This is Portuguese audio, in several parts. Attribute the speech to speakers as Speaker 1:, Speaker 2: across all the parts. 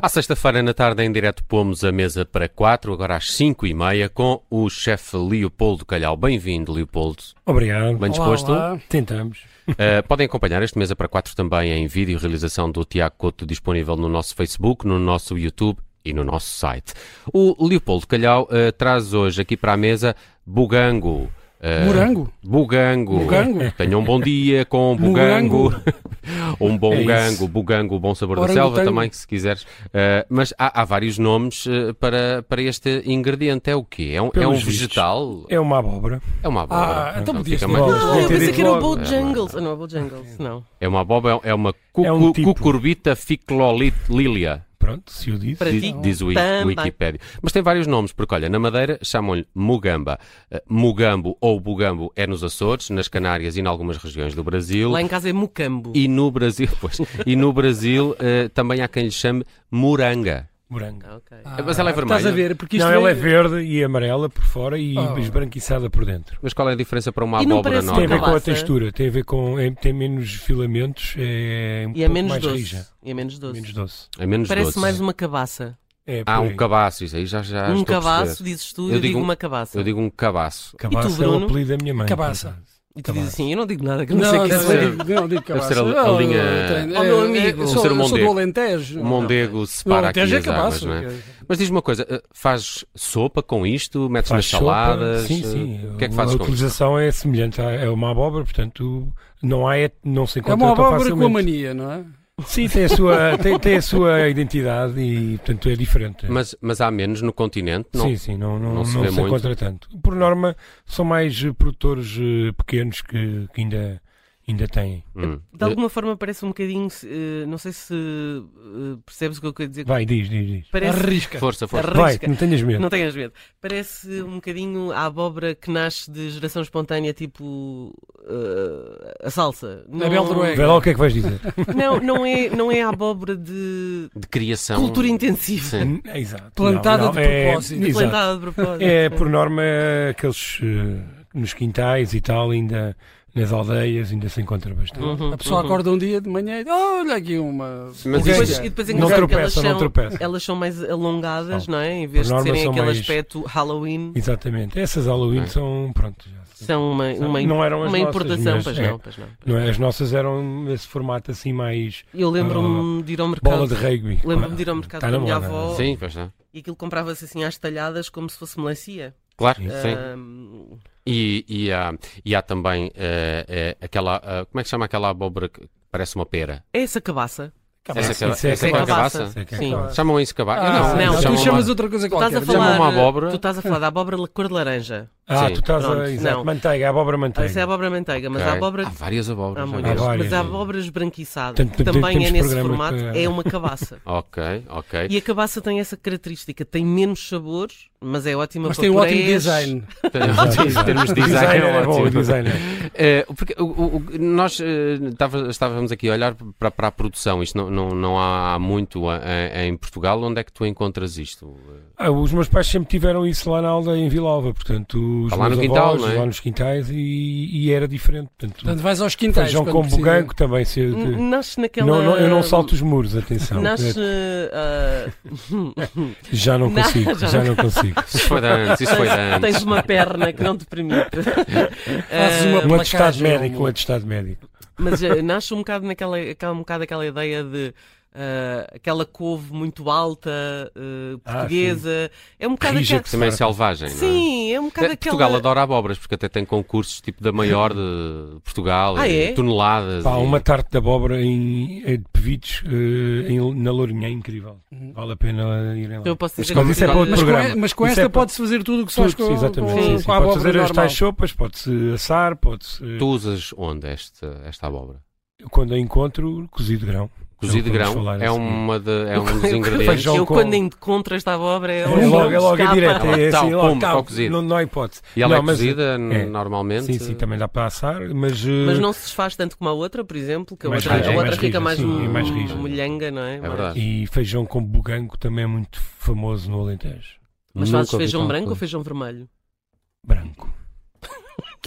Speaker 1: À sexta-feira, na tarde, em direto, pomos a mesa para quatro, agora às cinco e meia, com o chefe Leopoldo Calhau. Bem-vindo, Leopoldo.
Speaker 2: Obrigado.
Speaker 1: Bem disposto?
Speaker 2: Tentamos.
Speaker 1: Uh, podem acompanhar este Mesa para Quatro também em vídeo, realização do Tiago Couto, disponível no nosso Facebook, no nosso YouTube e no nosso site. O Leopoldo Calhau uh, traz hoje aqui para a mesa Bugango. Uh,
Speaker 2: Morango?
Speaker 1: Bugango.
Speaker 2: Bugango?
Speaker 1: Tenham um bom dia com Bugango. um bom
Speaker 2: É isso.
Speaker 1: gango, Bugango, bom sabor da
Speaker 2: Orangotango.
Speaker 1: selva também, se quiseres. Uh, mas há, há vários nomes uh, para, para este ingrediente. É o quê? É um, é um
Speaker 2: Pelos vistos.
Speaker 1: vegetal?
Speaker 2: É uma abóbora.
Speaker 1: É uma abóbora.
Speaker 2: Ah, então podia
Speaker 1: fica
Speaker 2: ser.
Speaker 1: mais-
Speaker 2: Pois,
Speaker 3: Ah,
Speaker 2: devia
Speaker 3: eu
Speaker 2: ter
Speaker 3: pensei
Speaker 2: dito
Speaker 3: que era o
Speaker 2: logo.
Speaker 3: Bojangles. Ah, não, é o Bojangles, não.
Speaker 1: É uma abóbora, é uma, cucu,
Speaker 2: É um tipo.
Speaker 1: cucurbita ficlolilia,
Speaker 2: Pronto, se o disse.
Speaker 3: Para
Speaker 1: di-
Speaker 3: ti,
Speaker 1: diz o Wik-
Speaker 3: também.
Speaker 1: Wikipédia. Mas tem vários nomes, porque olha, na Madeira chamam-lhe mugamba. Eh, mugambo ou bugambo é nos Açores, nas Canárias e em algumas regiões do Brasil.
Speaker 3: Lá em casa é Mucambo.
Speaker 1: E no Brasil, pois, e no Brasil eh, também há quem lhe chame moranga.
Speaker 2: Morango.
Speaker 3: Ah, ok.
Speaker 1: Mas ela é vermelha.
Speaker 4: Estás a ver? Porque isto
Speaker 2: Não, ela é
Speaker 4: vem-
Speaker 2: verde e amarela por fora e
Speaker 4: Ah.
Speaker 2: esbranquiçada por dentro.
Speaker 1: Mas qual é a diferença para uma
Speaker 3: E não
Speaker 1: abóbora
Speaker 3: parece
Speaker 2: Tem a ver
Speaker 1: normal?
Speaker 2: com a
Speaker 3: massa.
Speaker 2: textura, tem a ver com. é- tem menos filamentos, é um
Speaker 3: E é
Speaker 2: pouco
Speaker 3: menos
Speaker 2: mais
Speaker 3: doce.
Speaker 2: rija.
Speaker 3: E é menos doce.
Speaker 2: Menos doce.
Speaker 1: É menos
Speaker 3: Parece
Speaker 1: doce.
Speaker 3: mais uma cabaça.
Speaker 2: É por
Speaker 1: Há
Speaker 2: aí.
Speaker 1: um cabaço, isso aí já, já estou
Speaker 3: um
Speaker 1: a perceber.
Speaker 3: cabaço, dizes tu,
Speaker 1: Eu
Speaker 3: eu,
Speaker 1: digo
Speaker 3: digo,
Speaker 1: um-
Speaker 3: uma cabaça.
Speaker 1: Eu digo um cabaço.
Speaker 2: Cabaça
Speaker 3: E tu,
Speaker 2: é o
Speaker 3: Bruno?
Speaker 2: apelido da minha mãe.
Speaker 4: Cabaça.
Speaker 3: e tu dizes assim, eu não digo nada, que não,
Speaker 4: Não,
Speaker 3: sei o que é
Speaker 4: não,
Speaker 1: dizer.
Speaker 3: ser.
Speaker 4: digo- não, digo cabaça.
Speaker 1: ser a- a
Speaker 4: Não,
Speaker 1: linha-
Speaker 4: eu tenho-
Speaker 3: Ó, meu
Speaker 4: é-
Speaker 3: amigo.
Speaker 4: eu
Speaker 1: Deve
Speaker 4: sou,
Speaker 1: ser o
Speaker 4: eu sou
Speaker 1: Mondego.
Speaker 4: do Alentejo.
Speaker 1: O Um Mondego
Speaker 4: Do
Speaker 1: separa aqui
Speaker 4: Alentejo é
Speaker 1: as águas,
Speaker 4: cabaça.
Speaker 1: não é? Mas diz-me uma coisa, eh, faz sopa com isto? Metes nas
Speaker 2: sopa.
Speaker 1: saladas?
Speaker 2: Sim, sim.
Speaker 1: Eh, O que é que
Speaker 2: a
Speaker 1: fazes com isto?
Speaker 2: utilização é semelhante à é uma abóbora, portanto não há et- não se
Speaker 4: É
Speaker 2: encontra
Speaker 4: uma
Speaker 2: tão
Speaker 4: abóbora com a
Speaker 2: facilmente.
Speaker 4: mania, não é?
Speaker 2: Sim, tem a sua tem, tem a sua identidade e portanto é diferente.
Speaker 1: Mas, mas há menos no continente? Não.
Speaker 2: sim, sim, não,
Speaker 1: não
Speaker 2: não, não
Speaker 1: se
Speaker 2: se,
Speaker 1: vê muito.
Speaker 2: encontra tanto. Por norma são mais eh, produtores eh, pequenos que, que ainda ainda têm.
Speaker 1: Hum.
Speaker 3: é." De alguma forma parece um bocadinho, eh, não sei se eh, percebes o que eu quero dizer.
Speaker 2: Vai, diz, diz, diz.
Speaker 3: Parece,
Speaker 4: Arrisca.
Speaker 1: Força, força.
Speaker 2: Vai,
Speaker 3: arrisca.
Speaker 2: não tenhas medo.
Speaker 3: Não tenhas medo. Parece um bocadinho a abóbora que nasce de geração espontânea, tipo eh, a salsa. Não,
Speaker 4: Abel Druego.
Speaker 2: Vê lá o que é que vais dizer.
Speaker 3: não, não é, não é a abóbora de
Speaker 1: De criação.
Speaker 3: cultura intensiva.
Speaker 1: Sim.
Speaker 2: N- Exato.
Speaker 4: Plantada de
Speaker 2: é-
Speaker 4: propósito.
Speaker 2: exato.
Speaker 3: Plantada de propósito.
Speaker 2: É, por norma, aqueles eh, nos quintais e tal, ainda nas aldeias, ainda se encontra bastante.
Speaker 3: Uhum,
Speaker 4: A pessoa
Speaker 3: uhum.
Speaker 4: acorda um dia de manhã e diz: Olha aqui uma.
Speaker 1: Mas
Speaker 3: E depois,
Speaker 1: isto-
Speaker 3: e depois
Speaker 2: Não
Speaker 3: engraçado que
Speaker 2: tropeça,
Speaker 3: elas
Speaker 2: não
Speaker 3: são,
Speaker 2: tropeça.
Speaker 3: Elas são mais alongadas,
Speaker 2: São.
Speaker 3: não é? Em vez
Speaker 2: Por
Speaker 3: de
Speaker 2: norma,
Speaker 3: serem
Speaker 2: são
Speaker 3: aquele
Speaker 2: mais-
Speaker 3: aspecto Halloween,
Speaker 2: Exatamente. Essas Halloween
Speaker 1: É.
Speaker 2: são, pronto, já.
Speaker 3: são uma,
Speaker 2: São-
Speaker 3: uma,
Speaker 2: não eram as
Speaker 3: uma
Speaker 2: nossas,
Speaker 3: importação.
Speaker 2: mas-
Speaker 3: pois,
Speaker 2: é.
Speaker 3: não, pois não.
Speaker 2: Não é? As nossas eram esse formato assim mais
Speaker 3: Eu lembro-me de ir ao
Speaker 2: bola de
Speaker 3: mercado.
Speaker 2: rugby.
Speaker 3: Lembro-me de ir ao mercado
Speaker 2: Tá
Speaker 3: com
Speaker 2: na
Speaker 3: a minha
Speaker 2: moda.
Speaker 3: avó
Speaker 1: Sim, pois é. está.
Speaker 3: e aquilo comprava-se assim às talhadas como se fosse melancia.
Speaker 1: Claro,
Speaker 3: Eh,
Speaker 2: Sim.
Speaker 1: sim.
Speaker 3: Ahm,
Speaker 1: E, e há, e há também eh, eh, aquela. eh, como é que chama aquela abóbora que parece uma pera?
Speaker 3: é essa cabaça.
Speaker 1: Essa,
Speaker 2: Isso
Speaker 1: é
Speaker 2: é
Speaker 1: essa é que é a
Speaker 3: cabaça.
Speaker 1: cabaça?
Speaker 2: Isso é que é
Speaker 3: Sim.
Speaker 2: cabaça.
Speaker 1: Chamam isso cabaça? Eu
Speaker 4: Ah,
Speaker 3: não,
Speaker 1: eles
Speaker 4: tu
Speaker 1: chamam
Speaker 4: chamas outra coisa
Speaker 3: Tu estás
Speaker 4: qualquer.
Speaker 3: a
Speaker 1: Chamam
Speaker 3: falar,
Speaker 1: uma abóbora.
Speaker 3: tu estás a falar da abóbora la- cor de laranja.
Speaker 2: Ah,
Speaker 1: Sim.
Speaker 2: tu estás
Speaker 3: Pronto,
Speaker 2: a. Exato,
Speaker 3: não.
Speaker 2: manteiga, abóbora manteiga.
Speaker 3: Essa é a abóbora manteiga, mas
Speaker 1: Ok.
Speaker 3: a abóbora
Speaker 1: Há várias
Speaker 2: Ah,
Speaker 1: abóboras.
Speaker 3: Há
Speaker 1: já
Speaker 3: muitas,
Speaker 1: viste?
Speaker 2: Há várias.
Speaker 3: mas há abóbora esbranquiçada,
Speaker 2: Tem-
Speaker 3: que
Speaker 2: tem-
Speaker 3: também
Speaker 2: temos
Speaker 3: é nesse
Speaker 2: programa
Speaker 3: formato,
Speaker 2: que-
Speaker 3: é uma cabaça.
Speaker 1: Ok, ok.
Speaker 3: E a cabaça tem essa característica, tem menos sabor, mas é ótima
Speaker 4: Mas
Speaker 3: para
Speaker 4: tem um ótimo
Speaker 3: purés.
Speaker 4: design.
Speaker 2: Exato,
Speaker 1: Em
Speaker 2: exato.
Speaker 1: termos de
Speaker 2: O
Speaker 1: design, é
Speaker 2: é bom, o
Speaker 1: ótimo.
Speaker 2: design é.
Speaker 1: Eh, porque o- o- o- nós eh, tava- estávamos aqui a olhar para, para a produção, isto não, não, não há muito a- a- em Portugal. Onde é que tu encontras isto?
Speaker 2: Ah, os meus pais sempre tiveram isso lá na aldeia em Vilalva, portanto, os
Speaker 1: Ah, lá
Speaker 2: meus
Speaker 1: no quintal,
Speaker 2: avós,
Speaker 1: não é?
Speaker 2: lá nos quintais e, e era diferente. Portanto,
Speaker 4: Portanto, vais aos quintais.
Speaker 2: feijão
Speaker 4: quando
Speaker 2: com
Speaker 4: precisa.
Speaker 2: buganco também. Se,
Speaker 3: N- Nasce naquela...
Speaker 2: não, não, eu não salto É- os muros, atenção. eh,
Speaker 3: Nasce... ah,
Speaker 2: Já não
Speaker 3: Não,
Speaker 2: consigo,
Speaker 3: já
Speaker 2: já não consigo.
Speaker 1: Isso foi de antes, isso foi de antes.
Speaker 3: ah, tens uma perna que não te permite.
Speaker 4: Fazes uma
Speaker 3: Ah,
Speaker 2: Um atestado
Speaker 4: placagem,
Speaker 2: médico, um
Speaker 4: amor.
Speaker 2: atestado médico.
Speaker 3: Mas eh, nasce um bocado naquela aquela, um bocado aquela ideia de ah, aquela couve muito alta, eh,
Speaker 2: Ah,
Speaker 3: portuguesa. é um bocado
Speaker 2: Rija
Speaker 3: aquela...
Speaker 2: que se
Speaker 1: Também é selvagem, não é?
Speaker 3: Sim, é um bocado
Speaker 1: Eh,
Speaker 3: aquela...
Speaker 1: Portugal adora abóboras, porque até tem concursos tipo da maior de Portugal,
Speaker 3: Ah,
Speaker 1: e
Speaker 3: é?
Speaker 1: toneladas.
Speaker 2: Pá,
Speaker 1: e-
Speaker 2: uma tarte de abóbora em, em- de Pevites eh, em- na Lourinhã é incrível.
Speaker 4: Uhum.
Speaker 2: Vale a pena irem lá.
Speaker 3: Eu posso
Speaker 2: Mas
Speaker 3: dizer
Speaker 2: como
Speaker 3: que-
Speaker 2: isso é para outro
Speaker 4: Mas com,
Speaker 2: programa.
Speaker 4: e- mas com
Speaker 2: Isso
Speaker 4: esta
Speaker 2: é para-
Speaker 4: pode-se fazer tudo o que se faz com,
Speaker 2: Tudo, exatamente.
Speaker 4: com,
Speaker 2: sim,
Speaker 4: com
Speaker 2: sim.
Speaker 4: a
Speaker 2: Pode
Speaker 4: abóbora
Speaker 2: fazer as
Speaker 4: normal.
Speaker 2: tais sopas, pode-se assar, pode-se. eh,
Speaker 1: Tu usas onde é esta, esta abóbora?
Speaker 2: Quando a encontro, cozido de grão.
Speaker 1: Cozido de
Speaker 2: vamos
Speaker 1: grão
Speaker 2: falar
Speaker 1: é,
Speaker 2: a seguir.
Speaker 1: uma de- é
Speaker 3: Eu-
Speaker 1: um dos
Speaker 3: eu-
Speaker 1: ingredientes.
Speaker 2: Feijão
Speaker 3: Eu
Speaker 2: com-
Speaker 3: quando encontro esta obra é,
Speaker 2: É
Speaker 3: um
Speaker 2: logo, é logo
Speaker 3: escapa.
Speaker 2: é direto,
Speaker 1: Ela
Speaker 2: é
Speaker 1: tá
Speaker 2: assim,
Speaker 1: ao
Speaker 2: logo
Speaker 1: pombo,
Speaker 2: tá,
Speaker 1: tá ao cozido.
Speaker 2: Não, não há hipótese.
Speaker 1: E ela
Speaker 2: não,
Speaker 1: é
Speaker 2: mas-
Speaker 1: cozida
Speaker 2: é.
Speaker 1: normalmente?
Speaker 2: Sim, sim, também dá para assar, mas, eh,
Speaker 3: Mas não se desfaz tanto como a outra, por exemplo, que a
Speaker 2: Mais
Speaker 3: outra,
Speaker 1: rija,
Speaker 3: a
Speaker 1: é
Speaker 3: outra
Speaker 1: mais
Speaker 3: fica
Speaker 2: rija,
Speaker 3: mais,
Speaker 2: sim,
Speaker 3: um,
Speaker 2: é mais rija.
Speaker 3: molhanga, não é?
Speaker 1: É
Speaker 3: Mas-
Speaker 1: verdade.
Speaker 2: E feijão com buganco também é muito famoso no Alentejo.
Speaker 3: Mas
Speaker 1: Nunca
Speaker 3: fazes
Speaker 1: ouvi
Speaker 3: feijão
Speaker 1: falar
Speaker 3: branco ou
Speaker 1: disso.
Speaker 3: feijão vermelho?
Speaker 2: Branco.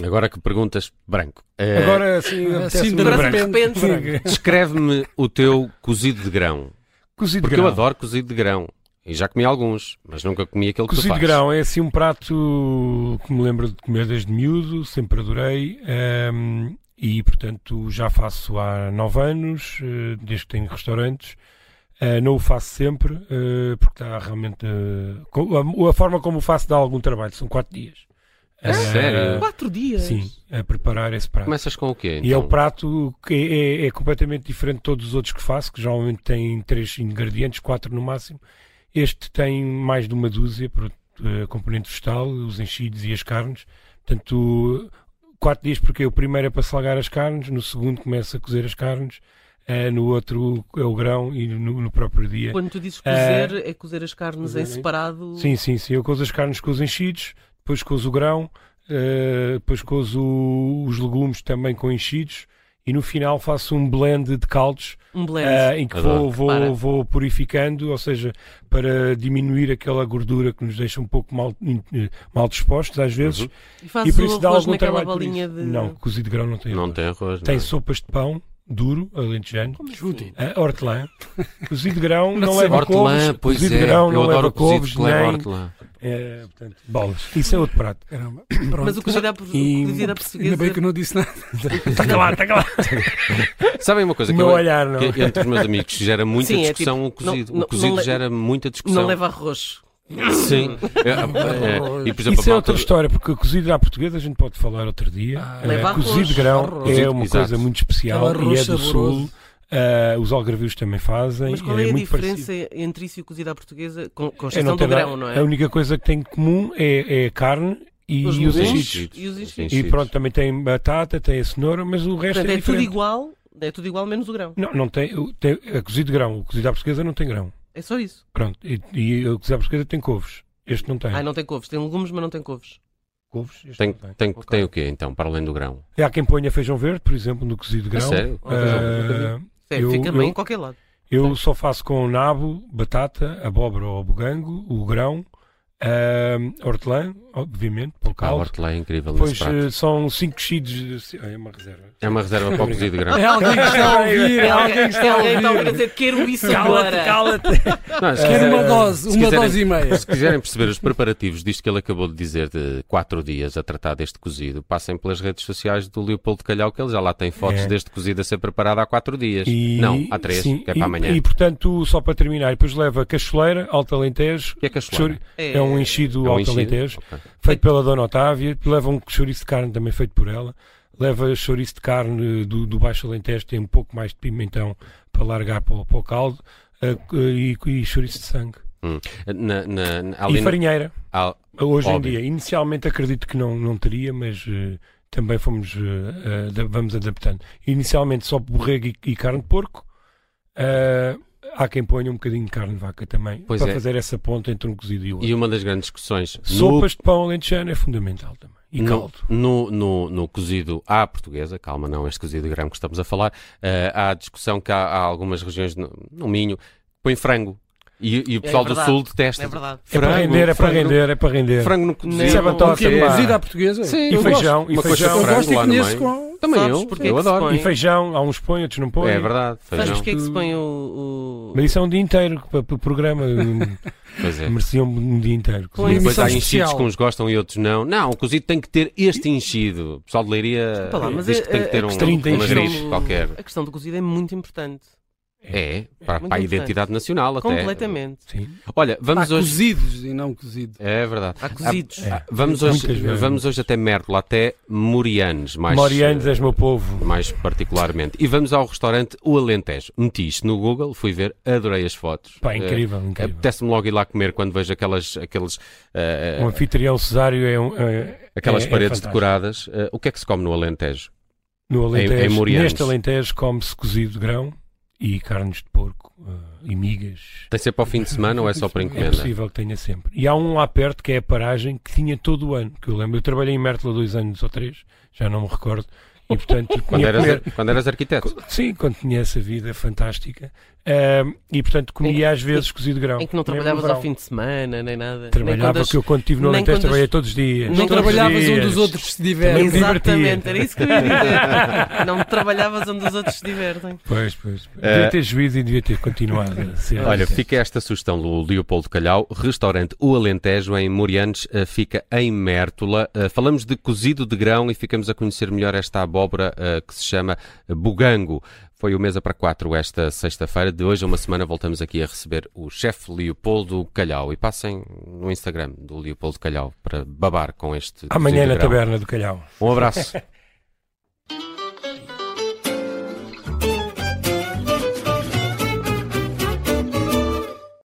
Speaker 1: Agora que perguntas, branco. Eh,
Speaker 2: Agora, assim,
Speaker 4: Assim,
Speaker 2: apetece-me
Speaker 4: de
Speaker 2: um
Speaker 3: Parece
Speaker 2: branco.
Speaker 3: de repente.
Speaker 2: Sim.
Speaker 1: Descreve-me o teu cozido de grão.
Speaker 2: Cozido
Speaker 1: Porque
Speaker 2: de grão.
Speaker 1: eu adoro cozido de grão. E já comi alguns, mas nunca comi aquele que tu
Speaker 2: Cozido de
Speaker 1: fazes.
Speaker 2: grão é assim um prato que me lembro de comer desde miúdo, sempre adorei. ehm, e, portanto, já faço há nove anos, eh, desde que tenho restaurantes. Eh, não o faço sempre, eh, porque está realmente. eh, co- a, a forma como o faço dá algum trabalho, são quatro dias. Eh,
Speaker 1: É sério?
Speaker 3: Quatro dias.
Speaker 2: Sim, a preparar esse prato.
Speaker 1: Começas com o quê?
Speaker 2: E é
Speaker 1: então?
Speaker 2: um prato que é, é completamente diferente de todos os outros que faço, que geralmente tem três ingredientes, quatro no máximo. Este tem mais de uma dúzia, pronto, eh, componente vegetal, os enchidos e as carnes. Portanto, quatro dias, porque o primeiro é para salgar as carnes, no segundo começa a cozer as carnes, eh, no outro é o grão e no, no próprio dia.
Speaker 3: Quando tu dizes
Speaker 2: Eh,
Speaker 3: cozer, é cozer as carnes
Speaker 2: cozer,
Speaker 3: em
Speaker 2: sim.
Speaker 3: separado.
Speaker 2: Sim, sim, sim. Eu cozo as carnes com os enchidos, depois cozo o grão, eh, depois cozo os legumes também com enchidos e no final faço um blend de caldos
Speaker 3: Um
Speaker 2: eh,
Speaker 3: blend.
Speaker 2: em que
Speaker 1: Adoro.
Speaker 2: vou,
Speaker 3: Repara.
Speaker 2: vou, vou purificando, ou seja, para diminuir aquela gordura que nos deixa um pouco mal, eh, mal dispostos às vezes.
Speaker 1: Uhum.
Speaker 3: e
Speaker 2: E
Speaker 3: fazes
Speaker 2: por
Speaker 3: o
Speaker 2: isso dá
Speaker 3: arroz
Speaker 2: algum
Speaker 3: naquela
Speaker 2: trabalho. por
Speaker 3: bolinha
Speaker 2: isso.
Speaker 3: de.
Speaker 2: Não, cozido de grão não tem.
Speaker 1: Não
Speaker 2: arroz.
Speaker 1: tem arroz.
Speaker 2: Tem
Speaker 1: não.
Speaker 2: sopas de pão duro, alentejano,
Speaker 3: é?
Speaker 4: Júdio.
Speaker 2: eh, hortelã, cozido de grão
Speaker 4: Não
Speaker 2: não
Speaker 4: sei.
Speaker 2: leva
Speaker 1: Hortelã,
Speaker 2: couves,
Speaker 1: pois
Speaker 2: cozido
Speaker 1: é.
Speaker 2: de grão
Speaker 1: eu
Speaker 2: não
Speaker 1: adoro
Speaker 2: leva
Speaker 1: o cozido
Speaker 2: couves,
Speaker 1: que leva
Speaker 2: nem,
Speaker 1: hortelã.
Speaker 2: eh, portanto, bolas. Isso é outro prato.
Speaker 4: Caramba.
Speaker 3: Mas o
Speaker 4: Pronto.
Speaker 3: cozido à
Speaker 4: E-
Speaker 3: cozida à
Speaker 4: Ainda bem que
Speaker 3: portuguesa.
Speaker 4: não disse nada.
Speaker 2: Está Tá calado, está calado.
Speaker 1: Sabem uma coisa
Speaker 2: O
Speaker 1: que
Speaker 2: meu
Speaker 1: eu,
Speaker 2: olhar, não.
Speaker 1: é- que entre os meus amigos gera muita
Speaker 3: Sim, é
Speaker 1: discussão o
Speaker 3: não-
Speaker 1: cozido.
Speaker 3: não-
Speaker 1: o cozido
Speaker 3: não le-
Speaker 1: gera muita discussão.
Speaker 3: Não leva arroz.
Speaker 1: Sim. É, é, é, e por exemplo,
Speaker 2: Isso
Speaker 1: a malta-
Speaker 2: é outra história, porque cozido à portuguesa a gente pode falar outro dia.
Speaker 4: Ah,
Speaker 2: Eh,
Speaker 3: leva arroz.
Speaker 2: cozido de grão
Speaker 4: Arroz.
Speaker 2: é uma
Speaker 1: Exato.
Speaker 2: coisa muito especial
Speaker 4: Aquele
Speaker 2: e é
Speaker 4: arroz
Speaker 2: do
Speaker 4: saboroso.
Speaker 2: sul. Eh, os algarvios também fazem.
Speaker 3: Mas qual é, a
Speaker 2: muito parecido.
Speaker 3: diferença entre isso e o cozido à portuguesa? Com, com
Speaker 2: É,
Speaker 3: exceção do
Speaker 2: tem nada-
Speaker 3: grão, não
Speaker 2: A
Speaker 3: é?
Speaker 2: única coisa que tem em comum é, é a carne e
Speaker 3: Os
Speaker 2: os,
Speaker 3: legumes.
Speaker 2: enchidos.
Speaker 3: E os enchidos.
Speaker 2: E pronto, também tem batata, tem a cenoura, mas o resto
Speaker 3: Portanto, é,
Speaker 2: é
Speaker 3: tudo
Speaker 2: diferente.
Speaker 3: igual, é tudo igual menos o grão.
Speaker 2: Não, não tem, tem a cozido de grão. O cozido à portuguesa não tem grão.
Speaker 3: É só isso.
Speaker 2: Pronto. E, e o cozido à portuguesa tem couves. Este não tem.
Speaker 3: Ah, não tem couves. Tem legumes, mas não tem couves.
Speaker 2: couves. Este
Speaker 1: Tem,
Speaker 2: não tem.
Speaker 1: tem,
Speaker 2: Ok.
Speaker 1: tem o quê então, para além do grão?
Speaker 2: E Há quem ponha feijão verde, por exemplo, no cozido de
Speaker 1: A
Speaker 2: grão.
Speaker 1: É sério?
Speaker 2: Ah,
Speaker 3: É,
Speaker 2: Eu-
Speaker 3: fica bem
Speaker 2: eu-
Speaker 3: em qualquer lado.
Speaker 2: eu só faço com nabo, batata, abóbora ou bugango, o grão, ah, hortelã, obviamente, para o
Speaker 1: Ah, a
Speaker 2: caldo.
Speaker 1: hortelã é incrível nesse
Speaker 2: Depois
Speaker 1: prato.
Speaker 2: eh, são cinco cozidos. de- Ah, é uma reserva.
Speaker 1: É uma reserva para o cozido de grão.
Speaker 4: É alguém que está a ouvir.
Speaker 3: É alguém,
Speaker 4: É alguém que está a
Speaker 3: alguém está a
Speaker 4: ouvir.
Speaker 3: dizer, quero isso agora.
Speaker 2: cala-te.
Speaker 1: Não,
Speaker 2: É.
Speaker 1: se
Speaker 4: Quero
Speaker 1: quiser-
Speaker 4: uma dose,
Speaker 1: se
Speaker 4: uma
Speaker 1: quiserem-
Speaker 4: dose e meia.
Speaker 1: Se quiserem perceber os preparativos disto que ele acabou de dizer, de quatro dias a tratar deste cozido, passem pelas redes sociais do Leopoldo Calhau, que ele já lá tem fotos
Speaker 2: É.
Speaker 1: deste cozido a ser preparado há quatro dias.
Speaker 2: E-
Speaker 1: Não, há três,
Speaker 2: sim,
Speaker 1: que é
Speaker 2: e-
Speaker 1: para amanhã.
Speaker 2: E, portanto, só para terminar, depois leva cacholeira, alto alentejo.
Speaker 1: que é cachoeira?
Speaker 2: chori- É um enchido
Speaker 1: É um
Speaker 2: alto
Speaker 1: enchido?
Speaker 2: alentejo.
Speaker 1: Ok.
Speaker 2: feito pela Dona Otávia, leva um chouriço de carne também feito por ela, leva chouriço de carne do, do Baixo Alentejo, tem um pouco mais de pimentão para largar para, o- para o caldo, eh, e, e chouriço de sangue.
Speaker 1: Na, na, na,
Speaker 2: e
Speaker 1: ali na-
Speaker 2: farinheira,
Speaker 1: al-
Speaker 2: hoje
Speaker 1: Óbvio.
Speaker 2: em dia. Inicialmente acredito que não, não teria, mas eh, também fomos, eh, eh, da- vamos adaptando. Inicialmente só borrego e, e carne de porco, eh, há quem ponha um bocadinho de carne de vaca também,
Speaker 1: Pois
Speaker 2: para
Speaker 1: é.
Speaker 2: fazer essa ponta entre um cozido e o outro.
Speaker 1: e uma das grandes discussões no
Speaker 2: Sopas de pão alentejano é fundamental também, e
Speaker 1: No,
Speaker 2: caldo.
Speaker 1: no, no, no cozido à portuguesa, calma, não este cozido de grão que estamos a falar, eh, há a discussão que há, há algumas regiões no, no Minho põe frango e, e o pessoal do
Speaker 3: É verdade,
Speaker 1: Sul detesta.
Speaker 3: É verdade.
Speaker 2: É para render, é para
Speaker 1: frango,
Speaker 2: render, é para render.
Speaker 1: Frango no
Speaker 3: Não,
Speaker 1: cozido.
Speaker 2: Isso é
Speaker 4: O
Speaker 2: batota,
Speaker 4: que é
Speaker 2: pá.
Speaker 4: cozida à portuguesa?
Speaker 1: Sim,
Speaker 2: E
Speaker 1: eu
Speaker 2: feijão,
Speaker 1: gosto.
Speaker 2: e
Speaker 1: Uma coisa
Speaker 2: feijão.
Speaker 1: de
Speaker 4: Eu gosto
Speaker 1: frango
Speaker 4: e
Speaker 1: lá no
Speaker 4: conheço
Speaker 1: meio.
Speaker 4: com...
Speaker 1: Também
Speaker 3: Sabes
Speaker 1: eu,
Speaker 3: porque é
Speaker 1: eu
Speaker 3: que se
Speaker 1: adoro.
Speaker 2: E
Speaker 3: põe?
Speaker 2: feijão, há uns põem, outros não põem.
Speaker 1: É verdade,
Speaker 3: Sabes
Speaker 1: feijão.
Speaker 3: porque é que se põe o. o-
Speaker 2: Mas isso é um dia inteiro para o programa. hum,
Speaker 1: Pois é.
Speaker 2: Mereciam um dia inteiro.
Speaker 1: E
Speaker 4: Uma
Speaker 1: depois
Speaker 4: emissão
Speaker 1: há enchidos
Speaker 4: especial.
Speaker 1: que uns gostam e outros não. Não, o cozido tem que ter este enchido. O pessoal de Leiria
Speaker 3: Desculpa lá, mas
Speaker 1: diz
Speaker 3: é-
Speaker 1: que tem que ter
Speaker 3: a
Speaker 1: um,
Speaker 3: questão-
Speaker 1: um
Speaker 2: a questão
Speaker 1: marisco
Speaker 3: do-
Speaker 1: qualquer.
Speaker 3: A questão do cozido é muito importante.
Speaker 1: É, para,
Speaker 3: muito
Speaker 1: para a identidade nacional até.
Speaker 3: Completamente.
Speaker 2: Sim.
Speaker 1: Olha,
Speaker 4: Há
Speaker 1: vamos hoje...
Speaker 4: cozidos e não cozido.
Speaker 1: É verdade.
Speaker 3: Há cozidos.
Speaker 2: É.
Speaker 1: Ah, Vamos
Speaker 2: Muitas
Speaker 1: hoje,
Speaker 2: vezes.
Speaker 1: vamos hoje até Mértola, até Morianos, mais,
Speaker 2: Morianos,
Speaker 1: eh,
Speaker 2: és meu povo.
Speaker 1: mais particularmente. E vamos ao restaurante O Alentejo. Meti isto no Google, fui ver, adorei as fotos.
Speaker 2: Pá,
Speaker 1: Eh,
Speaker 2: incrível, incrível.
Speaker 1: Apetece-me logo ir lá comer quando vejo aquelas, aqueles, eh,
Speaker 2: O Um anfitrião Cesário é um. é-
Speaker 1: aquelas
Speaker 2: é- é
Speaker 1: paredes
Speaker 2: fantástico.
Speaker 1: decoradas. Eh, o que é que se come no Alentejo?
Speaker 2: No Alentejo,
Speaker 1: em Morianos.
Speaker 2: Neste Alentejo come-se cozido de grão e carnes de porco eh, e migas.
Speaker 1: Tem sempre ao fim de semana ou é só para
Speaker 2: É
Speaker 1: encomenda?
Speaker 2: possível que tenha sempre. E há um lá perto que é a paragem que tinha todo o ano, que eu lembro. Eu trabalhei em Mértola dois anos ou três, já não me recordo, E portanto,
Speaker 1: Quando
Speaker 2: tinha
Speaker 1: eras,
Speaker 2: comer-
Speaker 1: quando eras arquiteto.
Speaker 2: Sim, quando tinha essa vida fantástica. Ahm, e portanto comia
Speaker 3: Em que-
Speaker 2: às vezes cozido de grão.
Speaker 3: Em que não trabalhavas ao fim de semana, nem nada. nem
Speaker 2: Trabalhava,
Speaker 3: quando as-
Speaker 2: porque eu quando estive no
Speaker 3: nem
Speaker 2: Alentejo
Speaker 3: quando as-
Speaker 2: trabalhei todos os dias.
Speaker 3: nem
Speaker 2: todos os
Speaker 4: Trabalhavas um dos
Speaker 2: dias.
Speaker 4: outros se
Speaker 2: Também me
Speaker 4: divertem.
Speaker 3: é Exatamente,
Speaker 2: divertia.
Speaker 3: era isso que eu ia dizer. não trabalhavas onde os outros se divertem.
Speaker 2: Pois, pois. pois.
Speaker 1: Eh,
Speaker 2: Devia ter juízo e devia ter continuado. a ser assim.
Speaker 1: Olha,
Speaker 2: arquiteto.
Speaker 1: fica esta sugestão do Leopoldo Calhau. Restaurante O Alentejo, em Morianos, eh, fica em Mértola. Eh, Falamos de cozido de grão e ficamos a conhecer melhor esta abóbora eh, que se chama bugango. Foi o Mesa para Quatro esta sexta-feira. De hoje a uma semana voltamos aqui a receber o chefe Leopoldo Calhau. E passem no Instagram do Leopoldo Calhau para babar com este cozido
Speaker 2: Amanhã
Speaker 1: de
Speaker 2: na
Speaker 1: grão.
Speaker 2: taberna do Calhau.
Speaker 1: Um abraço.